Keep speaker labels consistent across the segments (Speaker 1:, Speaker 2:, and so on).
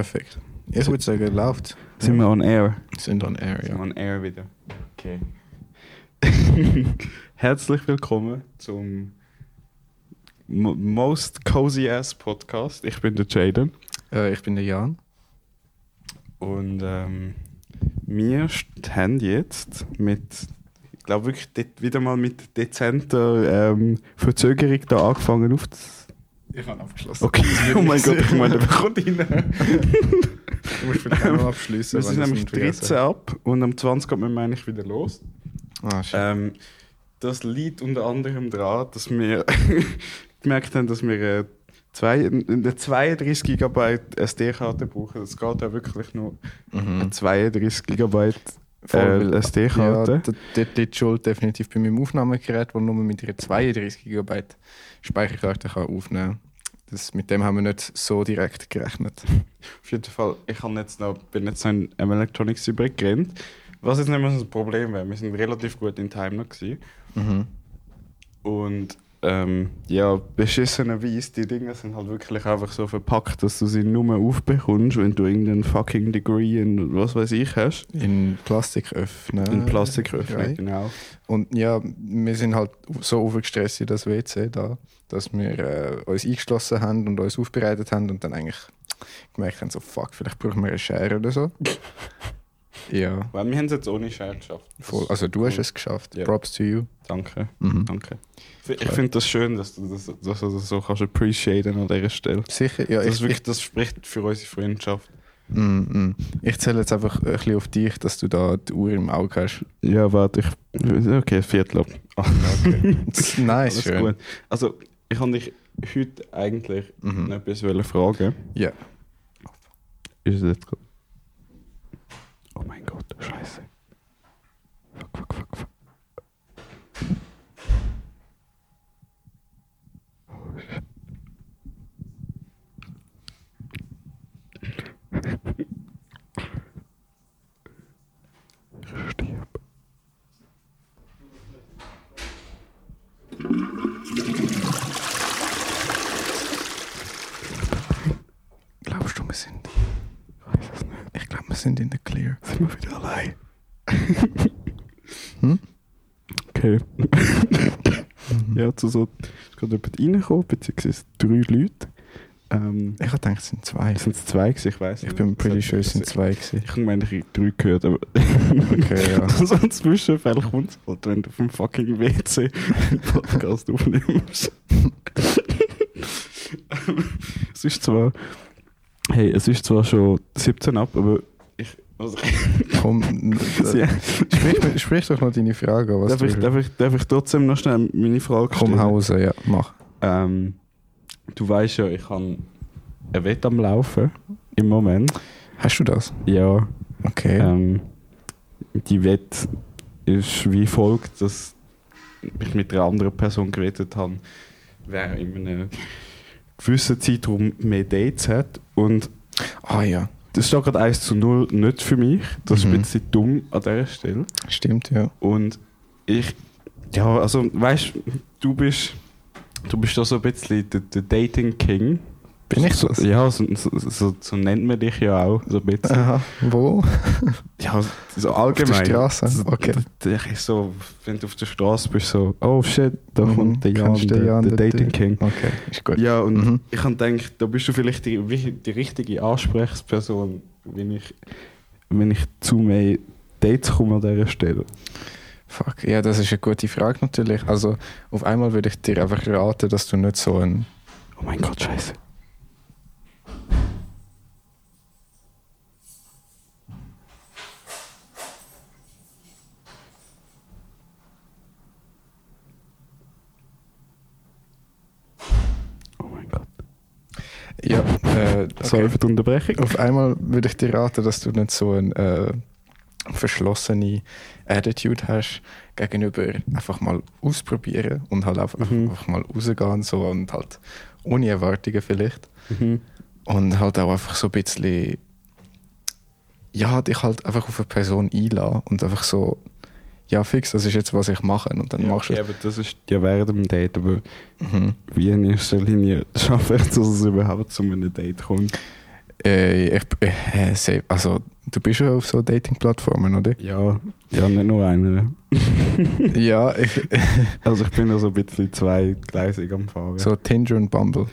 Speaker 1: Perfekt. Ich würde sagen, läuft.
Speaker 2: Sind wir on air?
Speaker 1: Sind on air,
Speaker 2: Sind wir
Speaker 1: ja.
Speaker 2: on air wieder. Okay. Herzlich willkommen zum mo- most cozy ass Podcast. Ich bin der Jaden
Speaker 1: Äh, ich bin der Jan.
Speaker 2: und ähm, wir st- haben jetzt mit, ich glaube wirklich de- wieder mal mit dezenter ähm, Verzögerung da angefangen auf
Speaker 1: Ich habe abgeschlossen. Also,
Speaker 2: Okay, oh mein Gott, ich meine, wer kommt rein?
Speaker 1: Du musst vielleicht auch noch abschließen.
Speaker 2: Wir sind nämlich 13 ab und am 20 geht man eigentlich wieder los.
Speaker 1: Ah, shit.
Speaker 2: Ähm, das liegt unter anderem daran, dass wir gemerkt haben, dass wir äh, zwei, eine 32 GB SD-Karte brauchen. Es geht ja wirklich nur eine
Speaker 1: mhm.
Speaker 2: 32 GB
Speaker 1: Voll.
Speaker 2: äh,
Speaker 1: Ja,
Speaker 2: SD-Karte.
Speaker 1: dort dort liegt die Schuld definitiv bei meinem Aufnahmegerät, das nur mit einer 32 GB Speicherkarte kann aufnehmen kann. Das, mit dem haben wir nicht so direkt gerechnet.
Speaker 2: Auf jeden Fall, ich hab jetzt noch, bin jetzt noch in M Electronics übergerannt. Was jetzt nicht mehr so ein Problem wäre, wir sind relativ gut in Time noch gewesen.
Speaker 1: Mhm.
Speaker 2: Und ähm, ja, beschissenerweise, die Dinger sind halt wirklich einfach so verpackt, dass du sie nur aufbekommst, wenn du irgendeinen fucking Degree in was weiß ich hast.
Speaker 1: In Plastik öffnen.
Speaker 2: In Plastik öffnen,
Speaker 1: Drei.
Speaker 2: genau.
Speaker 1: Und ja, wir sind halt so aufgestresst in das WC da, dass wir äh, uns eingeschlossen haben und uns aufbereitet haben und dann eigentlich gemerkt haben, so fuck, vielleicht brauchen wir eine Schere oder so. ja,
Speaker 2: Weil wir haben es jetzt ohne Schere geschafft. Das-
Speaker 1: voll. Also du hast es geschafft.
Speaker 2: Ja.
Speaker 1: Props to you.
Speaker 2: Danke,
Speaker 1: Mhm.
Speaker 2: danke. F- Ich finde das schön, dass du das, dass du das so kannst appreciaten an dieser Stelle.
Speaker 1: Sicher, ja,
Speaker 2: Das, ist
Speaker 1: ich,
Speaker 2: wirklich, das spricht für unsere Freundschaft.
Speaker 1: ich, mm, mm. ich zähle jetzt einfach ein bisschen auf dich, dass du da die Uhr im Auge hast.
Speaker 2: Ja, warte, ich... Okay, Viertel ab.
Speaker 1: Okay. nice,
Speaker 2: Alles
Speaker 1: schön.
Speaker 2: gut. Also, ich habe dich heute eigentlich
Speaker 1: Mhm.
Speaker 2: noch etwas wollen fragen
Speaker 1: Ja.
Speaker 2: Ist es jetzt gut? Oh mein Gott, scheiße. Fuck, fuck, fuck, fuck. Ich stirb.
Speaker 1: Glaubst du, wir sind? Ich glaube, wir sind in the clear.
Speaker 2: Sind wir wieder allein?
Speaker 1: Hm?
Speaker 2: Okay. ja, zu so, ist gerade jemand reingekommen, beziehungsweise drei Leute. Ähm,
Speaker 1: Ich habe gedacht, es sind zwei.
Speaker 2: sind es zwei gewesen? Ich weiß
Speaker 1: Ich bin pretty sure, es sind zwei
Speaker 2: Ich
Speaker 1: gewesen.
Speaker 2: habe gemeint, ich habe drei gehört, aber...
Speaker 1: Okay, ja.
Speaker 2: so ein Zwischenfall kommt halt, wenn du auf dem fucking WC einen Podcast aufnimmst. es ist zwar... Hey, es ist zwar schon 17 ab, aber ich... Also,
Speaker 1: Komm,
Speaker 2: Sie-
Speaker 1: sprich, mir- sprich doch noch deine Frage, an, was
Speaker 2: darf,
Speaker 1: du
Speaker 2: ich, darf, ich, darf ich trotzdem noch schnell meine Frage
Speaker 1: Komm
Speaker 2: stellen?
Speaker 1: Hause, ja, mach.
Speaker 2: Ähm, du weißt ja, ich habe ein Wett am Laufen im Moment.
Speaker 1: Hast du das?
Speaker 2: Ja.
Speaker 1: Okay.
Speaker 2: Ähm, die Wett ist wie folgt, dass ich mit einer anderen Person gewettet habe, wer in einem gewissen Zeitraum mehr Dates hat. Und
Speaker 1: Ah ja,
Speaker 2: das steht gerade 1 zu 0 nicht für mich. Das ist
Speaker 1: Mhm.
Speaker 2: ein bisschen dumm an dieser Stelle.
Speaker 1: stimmt, ja.
Speaker 2: Und ich, ja, also weißt du, bist, du bist doch so ein bisschen der, der Dating King.
Speaker 1: Bin ich das?
Speaker 2: Ja, so, so, so, so nennt man dich ja auch, so ein bisschen.
Speaker 1: Aha, wo?
Speaker 2: Genau, Ja, so allgemein.
Speaker 1: Auf der Straße?
Speaker 2: So,
Speaker 1: Okay.
Speaker 2: d- d- ich so, wenn du auf der Straße bist, so, oh shit, da
Speaker 1: Mhm,
Speaker 2: kommt der Jan,
Speaker 1: kennst du
Speaker 2: der,
Speaker 1: den Jan,
Speaker 2: der
Speaker 1: der-
Speaker 2: Dating King.
Speaker 1: Okay, ist gut.
Speaker 2: Ja, und
Speaker 1: Mhm.
Speaker 2: ich habe gedacht, da bist du vielleicht die, wie- die richtige Ansprechperson, wenn ich, wenn ich zu mehr Dates komme an dieser Stelle.
Speaker 1: Fuck, ja, das ist eine gute Frage natürlich. Also, auf einmal würde ich dir einfach raten, dass du nicht so ein...
Speaker 2: Oh mein Gott, scheiße. Oh mein Gott.
Speaker 1: Ja, äh,
Speaker 2: Sorry
Speaker 1: sorry.
Speaker 2: für die Unterbrechung.
Speaker 1: Auf einmal würde ich dir raten, dass du nicht so ein... Äh, verschlossene Attitude hast gegenüber einfach mal ausprobieren und halt auch
Speaker 2: Mhm.
Speaker 1: einfach mal rausgehen so und halt ohne Erwartungen vielleicht
Speaker 2: Mhm.
Speaker 1: und halt auch einfach so ein bisschen ja dich halt einfach auf eine Person einladen und einfach so ja fix das ist jetzt was ich mache und dann machst du
Speaker 2: ja,
Speaker 1: es
Speaker 2: aber das ist ja während dem Date, aber
Speaker 1: mhm.
Speaker 2: wie in erster Linie schaffe ich, dass es überhaupt zu einem Date kommt.
Speaker 1: Äh, ich, äh, safe. also, du bist ja auf so Dating-Plattformen, oder?
Speaker 2: Ja, ja, nicht nur einer.
Speaker 1: ja, ich,
Speaker 2: Also ich bin da so ein bisschen zweigleisig am Fahren.
Speaker 1: so Tinder und Bumble.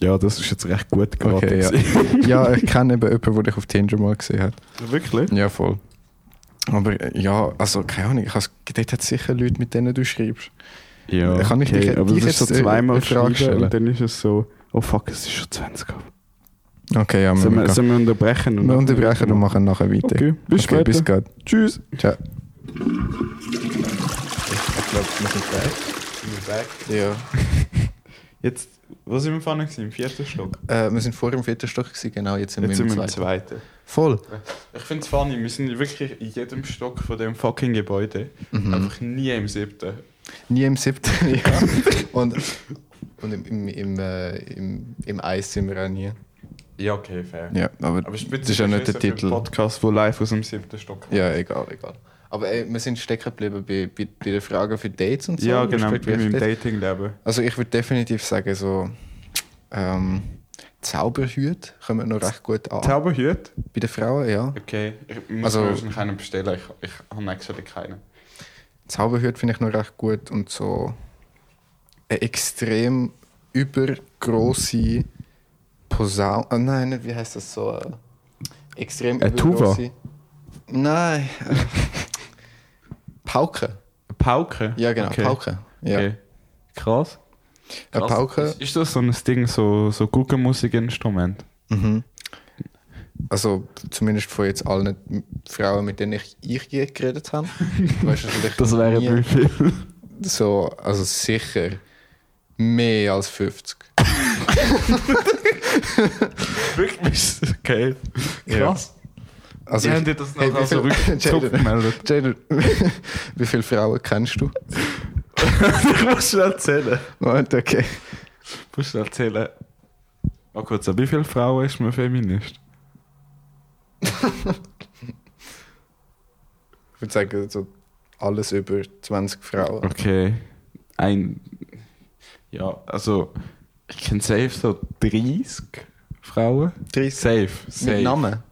Speaker 2: Ja, das ist jetzt recht gut geraten.
Speaker 1: Okay, ja.
Speaker 2: gewesen.
Speaker 1: Ja, ich kenne eben jemanden, der dich auf Tinder mal gesehen hat.
Speaker 2: Wirklich?
Speaker 1: Ja, voll. Aber äh, ja, also keine Ahnung, ich has- dort hat es sicher Leute, mit denen du schreibst.
Speaker 2: Ja,
Speaker 1: Kann ich dich-
Speaker 2: aber
Speaker 1: dich
Speaker 2: das ist so
Speaker 1: jetzt, äh,
Speaker 2: zweimal
Speaker 1: eine Frage
Speaker 2: Frage
Speaker 1: stellen?
Speaker 2: und dann ist es so, oh fuck, es ist schon 20 Uhr.
Speaker 1: Okay, ja, wir,
Speaker 2: Sollen wir,
Speaker 1: wir,
Speaker 2: sollen wir unterbrechen?
Speaker 1: wir
Speaker 2: und nachher
Speaker 1: unterbrechen und machen
Speaker 2: weitermachen?
Speaker 1: nachher weiter.
Speaker 2: Okay, bis
Speaker 1: Okay,
Speaker 2: später.
Speaker 1: bis gleich.
Speaker 2: Tschüss.
Speaker 1: Ciao. Ich glaube, wir sind weg. Ja.
Speaker 2: Jetzt, wo sind wir vorne gewesen? Im vierten Stock?
Speaker 1: Äh, wir sind vorher im vierten Stock, gewesen, genau, jetzt sind
Speaker 2: Jetzt
Speaker 1: wir
Speaker 2: sind
Speaker 1: im
Speaker 2: wir im
Speaker 1: zweiten.
Speaker 2: zweiten.
Speaker 1: Voll.
Speaker 2: Ich finde es funny, wir sind wirklich in jedem Stock von dem fucking Gebäude.
Speaker 1: Mhm.
Speaker 2: Einfach nie im siebten.
Speaker 1: Nie im siebten, ja. Und, und im, im, im, äh, im, im Eis sind wir auch nie.
Speaker 2: Ja, okay, fair.
Speaker 1: Ja, aber,
Speaker 2: Aber
Speaker 1: das ist ja nicht der Titel.
Speaker 2: Podcast, wo live aus dem siebten Stock kommt.
Speaker 1: Ja, egal, egal. Aber ey, wir sind stecken geblieben bei, bei, bei der Frage für Dates und so.
Speaker 2: Ja, genau, mit
Speaker 1: respektive
Speaker 2: meinem
Speaker 1: Dates.
Speaker 2: Dating-Leben.
Speaker 1: Also ich würde definitiv sagen, so ähm, Zauberhüte kommen noch recht gut an.
Speaker 2: Zauberhüt?
Speaker 1: bei den Frauen, ja.
Speaker 2: Okay, ich muss
Speaker 1: Also-
Speaker 2: also, mir wahrscheinlich einen bestellen. Ich, ich habe actually keinen.
Speaker 1: Zauberhüte finde ich noch recht gut und so eine extrem übergroße Posaune. Ah, nein, nicht, wie heißt das so? Eine extrem
Speaker 2: Eine Tuba?
Speaker 1: übergrosse- Nein. äh, Pauke.
Speaker 2: Pauke?
Speaker 1: Ja, genau,
Speaker 2: Okay.
Speaker 1: Pauke. Ja.
Speaker 2: Okay. Krass.
Speaker 1: Eine
Speaker 2: Krass.
Speaker 1: Pauke.
Speaker 2: Ist das so ein Ding, so, so Guggenmusikinstrument?
Speaker 1: Mhm. Also zumindest von jetzt allen Frauen, mit denen ich, ich je geredet habe. weißt du, vielleicht nie
Speaker 2: viel.
Speaker 1: so, also sicher mehr als 50.
Speaker 2: Wirklich? Okay.
Speaker 1: Ja.
Speaker 2: Krass.
Speaker 1: Also
Speaker 2: Die
Speaker 1: ich-
Speaker 2: haben dir das
Speaker 1: Hey,
Speaker 2: nachher
Speaker 1: wie
Speaker 2: so
Speaker 1: viel- Jaden,
Speaker 2: rückgemeldet.
Speaker 1: Jaden, wie viele Frauen kennst du?
Speaker 2: ich muss schnell zählen.
Speaker 1: Moment, okay.
Speaker 2: Ich muss schnell zählen. Mal kurz, wie viele Frauen ist man Feminist?
Speaker 1: Ich würde sagen, so alles über 20 Frauen.
Speaker 2: Okay. Ein. Ja, also. Ich kenne safe so 30 Frauen.
Speaker 1: 30
Speaker 2: Safe.
Speaker 1: mit
Speaker 2: safe.
Speaker 1: Namen.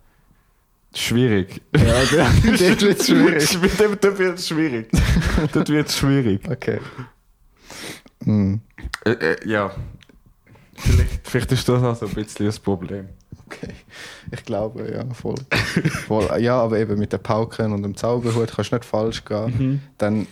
Speaker 2: Schwierig.
Speaker 1: Ja, das wird schwierig.
Speaker 2: Mit dem dort wird es schwierig. Dort wird es schwierig.
Speaker 1: Okay. Hm.
Speaker 2: Äh, äh, ja. Vielleicht, vielleicht ist das auch so ein bisschen das Problem.
Speaker 1: Okay. Ich glaube, ja, voll. voll. Ja, aber eben mit den Pauken und dem Zauberhut kannst du nicht falsch gehen.
Speaker 2: Mhm.
Speaker 1: Dann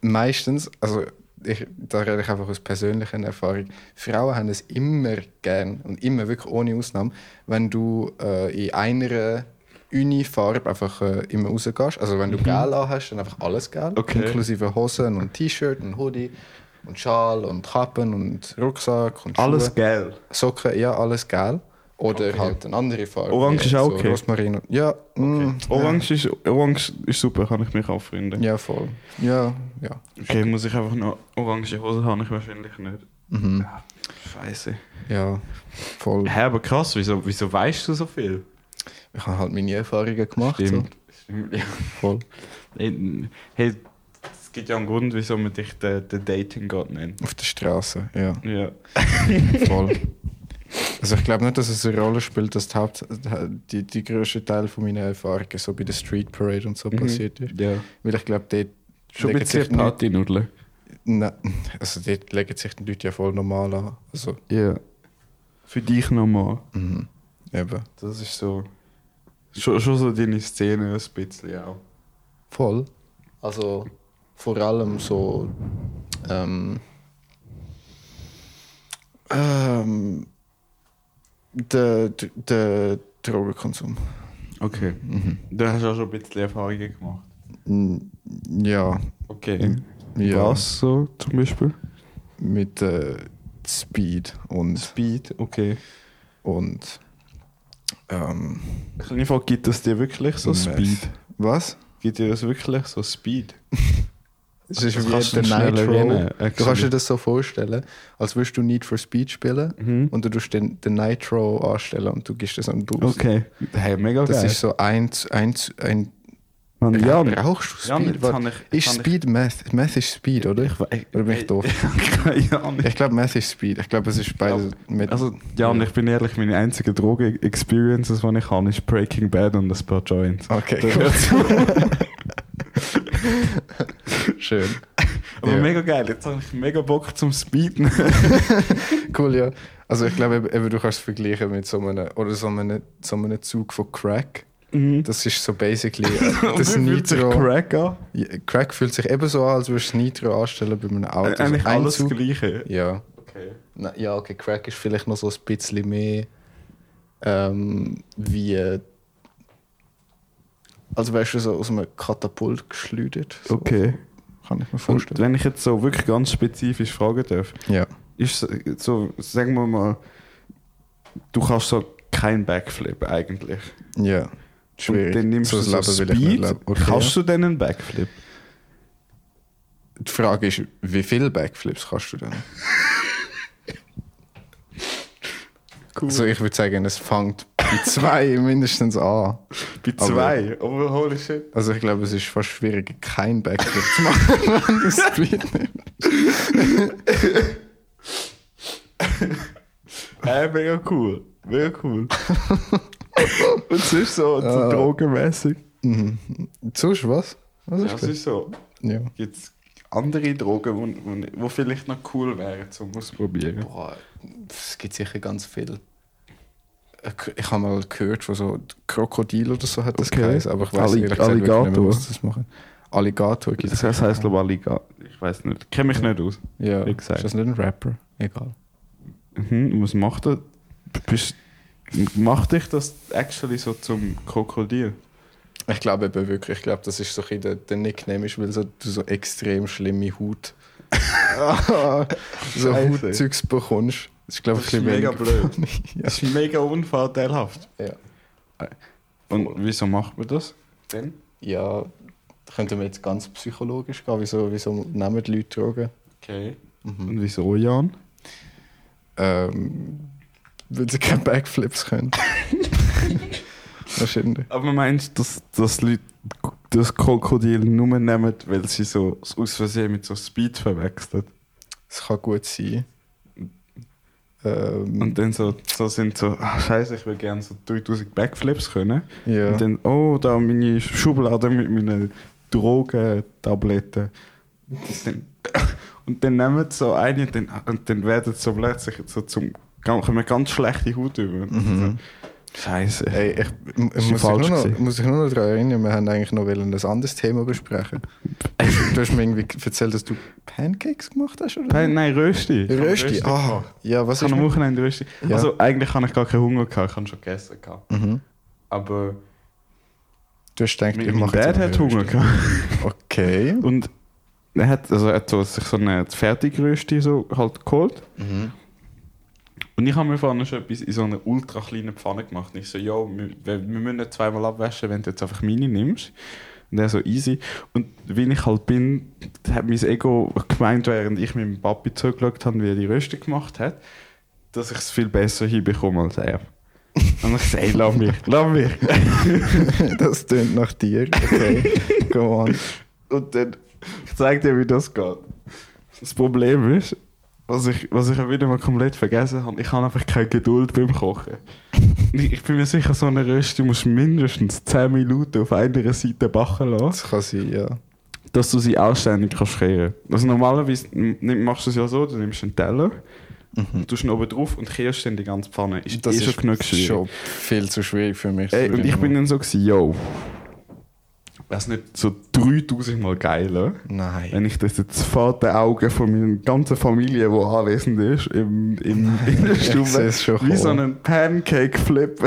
Speaker 1: meistens, also ich, da rede ich einfach aus persönlicher Erfahrung, Frauen haben es immer gern und immer wirklich ohne Ausnahme, wenn du äh, in einer Uni-Farbe einfach äh, immer rausgehst. Also wenn du gel hast, dann einfach alles gel,
Speaker 2: Mhm. Okay.
Speaker 1: inklusive Hosen und T-Shirt und Hoodie und Schal und Kappen und Rucksack und Schuhe.
Speaker 2: Alles geil.
Speaker 1: Socken, ja, alles gel. Oder halt eine andere Farbe.
Speaker 2: Orange ist
Speaker 1: wie
Speaker 2: auch okay.
Speaker 1: Rosmarin und, ja, mm,
Speaker 2: Orange ist, Orange ist super, kann ich mich auch freuen.
Speaker 1: ja, voll. Ja, ja.
Speaker 2: Okay, muss ich einfach noch orange Hose haben? Ich wahrscheinlich nicht.
Speaker 1: Mhm.
Speaker 2: Ja, Scheiße.
Speaker 1: Ja, voll.
Speaker 2: Hä, aber krass, wieso, wieso weißt du so viel?
Speaker 1: Ich habe halt meine Erfahrungen gemacht. So.
Speaker 2: Stimmt. Ja.
Speaker 1: Voll.
Speaker 2: Hey, Hey, es gibt ja einen Grund, wieso man dich den, den Dating-Gott nennt.
Speaker 1: Auf der Straße, ja,
Speaker 2: Ja.
Speaker 1: voll. also ich glaube nicht, dass es eine Rolle spielt, dass die, Haupt die, die grösste Teil von meiner Erfahrungen so bei der Street Parade und so passiert ist.
Speaker 2: Ja.
Speaker 1: Weil ich glaube, dort
Speaker 2: Mhm. Schon ein
Speaker 1: legen sich
Speaker 2: bisschen Partynudeln.
Speaker 1: nicht- Nein, also dort legen sich die Leute ja voll normal an. Also,
Speaker 2: Ja. Für dich nochmal.
Speaker 1: mhm. eben.
Speaker 2: Das ist so. Schon, schon so deine Szene ein bisschen auch.
Speaker 1: Voll. Also vor allem so. Ähm, ähm, der, der, der Drogenkonsum.
Speaker 2: Okay.
Speaker 1: Mhm.
Speaker 2: Du hast auch schon ein bisschen Erfahrungen gemacht.
Speaker 1: Mm, Ja.
Speaker 2: Okay.
Speaker 1: ja
Speaker 2: Was so zum Beispiel?
Speaker 1: Mit äh, Speed und.
Speaker 2: Speed, okay.
Speaker 1: und ähm,
Speaker 2: Kleine Frage, gibt es dir wirklich so
Speaker 1: Meth.
Speaker 2: Speed?
Speaker 1: Was?
Speaker 2: Gibt dir das wirklich so Speed?
Speaker 1: Es ist
Speaker 2: Das
Speaker 1: wie
Speaker 2: kannst du
Speaker 1: der
Speaker 2: nicht schneller
Speaker 1: Nitro.
Speaker 2: rennen,
Speaker 1: Du kannst dir
Speaker 2: actually.
Speaker 1: das so vorstellen, als würdest du Need for Speed spielen
Speaker 2: Mhm.
Speaker 1: und du tust den, den Nitro anstellen und du gibst das am Boost.
Speaker 2: Okay. Hey, mega
Speaker 1: Das
Speaker 2: geil.
Speaker 1: ist so ein, ein, ein
Speaker 2: Mann, Jan,
Speaker 1: Rauchst du
Speaker 2: Jan,
Speaker 1: Speed?
Speaker 2: jetzt
Speaker 1: Warte,
Speaker 2: habe ich...
Speaker 1: ist
Speaker 2: jetzt habe
Speaker 1: Speed Meth? Meth ist Speed, oder?
Speaker 2: Ich, ich,
Speaker 1: Oder bin ich doof?
Speaker 2: ich, Jan,
Speaker 1: Ich glaube, Meth ist Speed. Ich glaube, es ist beides mit.
Speaker 2: Also, Jan, ich bin ehrlich, meine einzige Drogen-Experiences, die ich habe, ist Breaking Bad und ein paar Joints.
Speaker 1: okay,
Speaker 2: Das
Speaker 1: cool.
Speaker 2: gehört zu-
Speaker 1: Schön.
Speaker 2: Aber
Speaker 1: Ja.
Speaker 2: mega geil, jetzt habe ich mega Bock zum Speeden.
Speaker 1: Cool, ja. Also ich glaube, eben- eben, du kannst es vergleichen mit so einem, oder so einem, so einem Zug von Crack.
Speaker 2: Mhm.
Speaker 1: Das ist so basically äh, das
Speaker 2: Und wie fühlt sich
Speaker 1: Nitro.
Speaker 2: Crack an.
Speaker 1: Ja, Crack fühlt sich eben so an, als würdest du Nitro anstellen bei einem Auto. Also
Speaker 2: Äh, Eigentlich
Speaker 1: ein
Speaker 2: alles
Speaker 1: Zug-
Speaker 2: Gleiche.
Speaker 1: Ja.
Speaker 2: Okay.
Speaker 1: Na, ja, okay, Crack ist vielleicht noch so ein bisschen mehr ähm, wie. äh, Als wärst du so aus einem Katapult geschleudert. So,
Speaker 2: Okay.
Speaker 1: Kann ich mir
Speaker 2: Und
Speaker 1: vorstellen.
Speaker 2: wenn ich jetzt so wirklich ganz spezifisch fragen darf,
Speaker 1: Ja.
Speaker 2: ist so- so, sagen wir mal, du kannst so kein Backflip eigentlich.
Speaker 1: Ja. Schwierig.
Speaker 2: Und dann nimmst
Speaker 1: So
Speaker 2: du
Speaker 1: ein
Speaker 2: so
Speaker 1: Leben will ich nicht
Speaker 2: Speed,
Speaker 1: leben. Okay,
Speaker 2: kannst
Speaker 1: ja.
Speaker 2: du denn einen Backflip?
Speaker 1: Die Frage ist, wie viele Backflips kannst du denn? Also ich würde sagen, es fängt bei zwei mindestens an.
Speaker 2: Bei
Speaker 1: Aber-
Speaker 2: zwei, aber holy shit.
Speaker 1: Also ich glaube, es ist fast schwieriger, keinen Backflip zu machen, wenn du Speed nimmst.
Speaker 2: Hey, Äh, mega cool. Mega cool. Und es ist so, so
Speaker 1: Ah.
Speaker 2: drogenmäßig.
Speaker 1: Sonst Mhm. was? Was
Speaker 2: Das ist so.
Speaker 1: ja.
Speaker 2: Jetzt andere Drogen, die wo, wo, wo vielleicht noch cool wären, um es zu probieren.
Speaker 1: Boah, es gibt sicher ganz viel. Ich habe mal gehört, wo so Krokodil oder so hat das
Speaker 2: Okay.
Speaker 1: geheißen, aber ich weiß
Speaker 2: Alli-
Speaker 1: ehrlich gesagt wirklich nicht mehr,
Speaker 2: Alligator.
Speaker 1: was das machen. Alligator gibt es.
Speaker 2: Das heißt, glaube ich, Alligator. Ich weiß nicht. Ich kenne mich nicht aus.
Speaker 1: Ja,
Speaker 2: wie
Speaker 1: ist
Speaker 2: gesagt.
Speaker 1: das nicht ein Rapper? Egal.
Speaker 2: Mhm, was macht er? Bist, macht dich das actually so zum Krokodil?
Speaker 1: Ich glaube eben wirklich, ich glaube, das ist so ein bisschen der, der Nickname, ist, weil so, du so extrem schlimme Haut. so
Speaker 2: Scheiße.
Speaker 1: Hautzeugs bekommst. Das ist, glaube ich,
Speaker 2: Das
Speaker 1: ein
Speaker 2: ist mega
Speaker 1: bisschen weniger- ja.
Speaker 2: Das ist mega unvorteilhaft.
Speaker 1: Ja.
Speaker 2: Äh, Und wieso macht man das? Denn?
Speaker 1: ja, könnten wir jetzt ganz psychologisch gehen. Wieso, wieso nehmen die Leute Drogen?
Speaker 2: Okay. Und wieso Jan?
Speaker 1: Ähm, weil sie keine Backflips können. Wahrscheinlich.
Speaker 2: Aber meinst du, dass, dass Leute das Krokodil nur nehmen, weil sie so es aus Versehen mit so Speed verwechseln?
Speaker 1: Es kann gut sein. Ähm,
Speaker 2: Und dann so, so sind so, ah, scheiße, ich will gerne so 3000 Backflips können.
Speaker 1: ja.
Speaker 2: Und dann, oh, da meine Schublade mit meinen Drogentabletten. Und dann, und dann nehmen sie so eine und dann, und dann werden sie so plötzlich so zum, kommen ganz schlechte Haut über.
Speaker 1: Mhm.
Speaker 2: Scheiße.
Speaker 1: Hey, ich, m- muss,
Speaker 2: sie
Speaker 1: ich
Speaker 2: falsch
Speaker 1: nur noch,
Speaker 2: gewesen?
Speaker 1: muss ich nur noch daran erinnern, wir haben eigentlich noch wollen ein anderes Thema besprechen. Du hast- du hast mir irgendwie erzählt, dass du Pancakes gemacht hast, oder?
Speaker 2: Nein, nein, Rösti. Ich hab
Speaker 1: Rösti? Ah, ja, was
Speaker 2: Ich
Speaker 1: ist
Speaker 2: habe am
Speaker 1: mit-
Speaker 2: Wochenende Rösti.
Speaker 1: Ja.
Speaker 2: Also eigentlich habe ich gar keinen Hunger gehabt, ich habe schon gegessen. Gehabt.
Speaker 1: mhm.
Speaker 2: Aber
Speaker 1: Du hast gedacht, ich
Speaker 2: mein, mein
Speaker 1: mache jetzt
Speaker 2: Dad
Speaker 1: mal
Speaker 2: hat
Speaker 1: Rösti.
Speaker 2: Hunger gehabt.
Speaker 1: Okay.
Speaker 2: Und er hat, also er hat so, sich so eine Fertigrösti so halt geholt. Und ich habe mir vorhin schon etwas in so einer ultra kleinen Pfanne gemacht. Und ich so, ja, wir, wir wir müssen nicht zweimal abwaschen, wenn du jetzt einfach meine nimmst. Und er so, easy. Und wie ich halt bin, hat mein Ego gemeint, während ich mit dem Papi zugeschaut habe, wie er die Rösti gemacht hat, dass ich es viel besser hinbekomme als er. Und ich sage, lass mich, lass mich.
Speaker 1: Das tönt nach dir. Okay, go on.
Speaker 2: Und dann, ich zeig dir, wie das geht. Das Problem ist, was ich, was ich auch wieder mal komplett vergessen habe, ich habe einfach keine Geduld beim Kochen. Und Ich, ich bin mir sicher, so eine Rösti musst du mindestens 10 Minuten auf einer Seite backen lassen,
Speaker 1: Das kann sein, ja.
Speaker 2: dass du sie anständig kannst kehren kannst. Also normalerweise n- nimm- machst du es ja so, du nimmst einen Teller, tust ihn oben drauf und kehrst dann die ganze Pfanne. Ist, Mhm. das ist schon genau. genug schwierig.
Speaker 1: schon viel zu schwierig für mich.
Speaker 2: Ey, und ich bin dann so gewesen, yo, wär's nicht so 3000 Mal geiler,
Speaker 1: Nein.
Speaker 2: wenn ich das jetzt vor den Augen von meiner ganzen Familie, die anwesend ist, im, im, in der
Speaker 1: ich
Speaker 2: Stube,
Speaker 1: seh's schon
Speaker 2: wie so
Speaker 1: kommen.
Speaker 2: einen Pancake flip.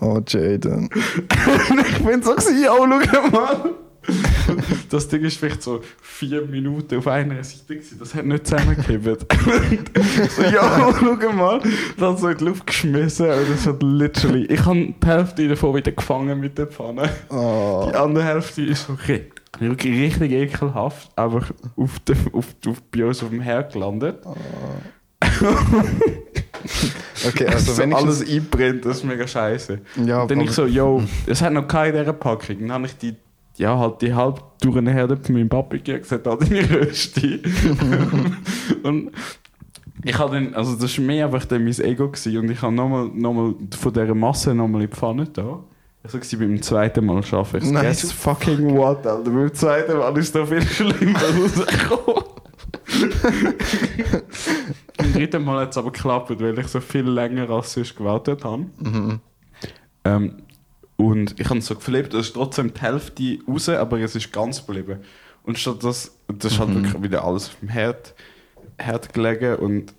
Speaker 1: Oh, Jaden.
Speaker 2: ich bin so gewesen, oh, schau mal. Das Ding ist vielleicht so vier Minuten auf einer Seite gewesen, das hat nicht zusammengekippt. so, ja, schau mal, dann so in die Luft geschmissen und das hat literally, ich habe die Hälfte davon wieder gefangen mit der Pfanne.
Speaker 1: Oh.
Speaker 2: Die andere Hälfte ist so ri- wirklich richtig ekelhaft, aber auf der, auf, auf, bei uns auf dem Herd gelandet.
Speaker 1: Okay, also
Speaker 2: so
Speaker 1: wenn ich.
Speaker 2: alles einbrennt, das ist mega scheiße.
Speaker 1: ja,
Speaker 2: Und dann
Speaker 1: aber-
Speaker 2: ich so, yo, es hat noch keine in dieser Packung. Dann habe ich die ja, halt die halb durchherden von meinem Papi gesagt, all deine Rösti. und ich habe dann, also das war mehr einfach dann mein Ego gewesen. und ich habe nochmal noch mal von dieser Masse nochmal in die Pfanne da. Ich war beim zweiten Mal schaffe ich es.
Speaker 1: Nein,
Speaker 2: Guess
Speaker 1: du-
Speaker 2: fucking what, Alter. Beim zweiten Mal ist da viel schlimmer rausgekommen. Beim dritten Mal hat es aber geklappt, weil ich so viel länger als sonst gewartet habe. Ähm, und ich habe es so geflippt, es ist trotzdem die Hälfte raus, aber es ist ganz geblieben. Und statt das, das ist halt wirklich wieder alles auf dem Herd, Herd gelegen und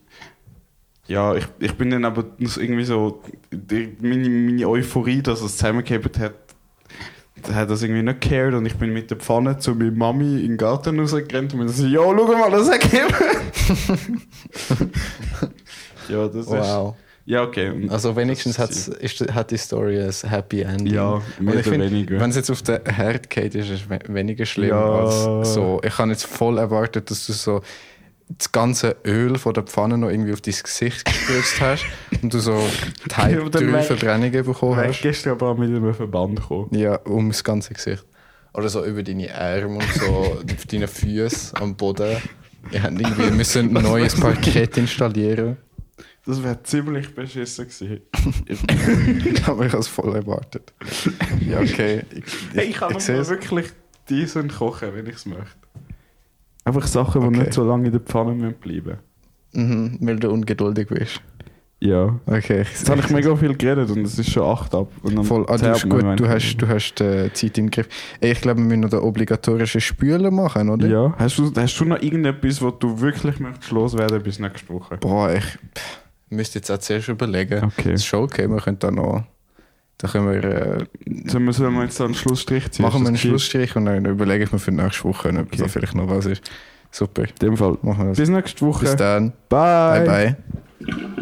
Speaker 2: ja, ich, ich bin dann aber so irgendwie so, die, meine, meine Euphorie, dass es zusammengehebt hat, hat das irgendwie nicht gehört und ich bin mit der Pfanne zu meiner Mami in den Garten rausgerannt und bin so, jo, schau mal, das hat Ja, das ist...
Speaker 1: Wow.
Speaker 2: Ja, okay. und-
Speaker 1: Also wenigstens
Speaker 2: Hm.
Speaker 1: hat's,
Speaker 2: das ist-
Speaker 1: ist, hat die Story ein Happy Ending.
Speaker 2: Ja, mehr
Speaker 1: Und
Speaker 2: oder
Speaker 1: ich find,
Speaker 2: weniger.
Speaker 1: Wenn es jetzt auf den Herd geht, ist es we- weniger schlimm
Speaker 2: Ja.
Speaker 1: als so. Ich habe jetzt voll erwartet, dass du so das ganze Öl von der Pfanne noch irgendwie auf dein Gesicht gespritzt hast und du so
Speaker 2: Ja,
Speaker 1: Typ
Speaker 2: dann
Speaker 1: 3
Speaker 2: weg.
Speaker 1: Verbrennungen bekommen
Speaker 2: Weil
Speaker 1: hast.
Speaker 2: ich gestern aber auch mit einem Verband gekommen.
Speaker 1: Ja, um das ganze Gesicht. Oder so über deine Arme und so, auf deine Füße am Boden. Wir haben irgendwie müssen ein neues Parkett installieren.
Speaker 2: Das wäre ziemlich beschissen gewesen.
Speaker 1: Aber ich habe es voll erwartet. Ja, okay. Ich,
Speaker 2: Hey, ich kann
Speaker 1: ich
Speaker 2: noch
Speaker 1: sehe
Speaker 2: mal
Speaker 1: es.
Speaker 2: wirklich diesen kochen, wenn ich es möchte. Einfach Sachen, die
Speaker 1: Okay.
Speaker 2: nicht so lange in der Pfanne müssen bleiben
Speaker 1: Mhm, weil du ungeduldig bist.
Speaker 2: Ja.
Speaker 1: Okay, ich
Speaker 2: Jetzt habe ich mega viel geredet und es ist schon 8 ab. Und am
Speaker 1: Voll, ah, du,
Speaker 2: 10
Speaker 1: bist
Speaker 2: ab
Speaker 1: gut,
Speaker 2: Moment.
Speaker 1: du hast, du hast äh, Zeit im Griff. Ey, ich glaube, wir müssen noch den obligatorischen Spülen machen, oder?
Speaker 2: Ja. Hast du, hast du noch irgendetwas, wo du wirklich möchtest loswerden bis nächste Woche?
Speaker 1: Boah, ich pff, müsste jetzt auch zuerst überlegen.
Speaker 2: Okay.
Speaker 1: Das ist schon okay, wir können da noch. Da können wir, äh,
Speaker 2: Sollen wir, sollen wir jetzt da einen Schlussstrich ziehen?
Speaker 1: machen wir
Speaker 2: Ist das
Speaker 1: einen
Speaker 2: okay?
Speaker 1: Schlussstrich und dann überlege ich mir für nächste Woche, ob
Speaker 2: Okay.
Speaker 1: da vielleicht noch was ist. Super,
Speaker 2: In dem Fall.
Speaker 1: machen wir das.
Speaker 2: Bis nächste Woche.
Speaker 1: Bis dann.
Speaker 2: Bye.
Speaker 1: bye. bye.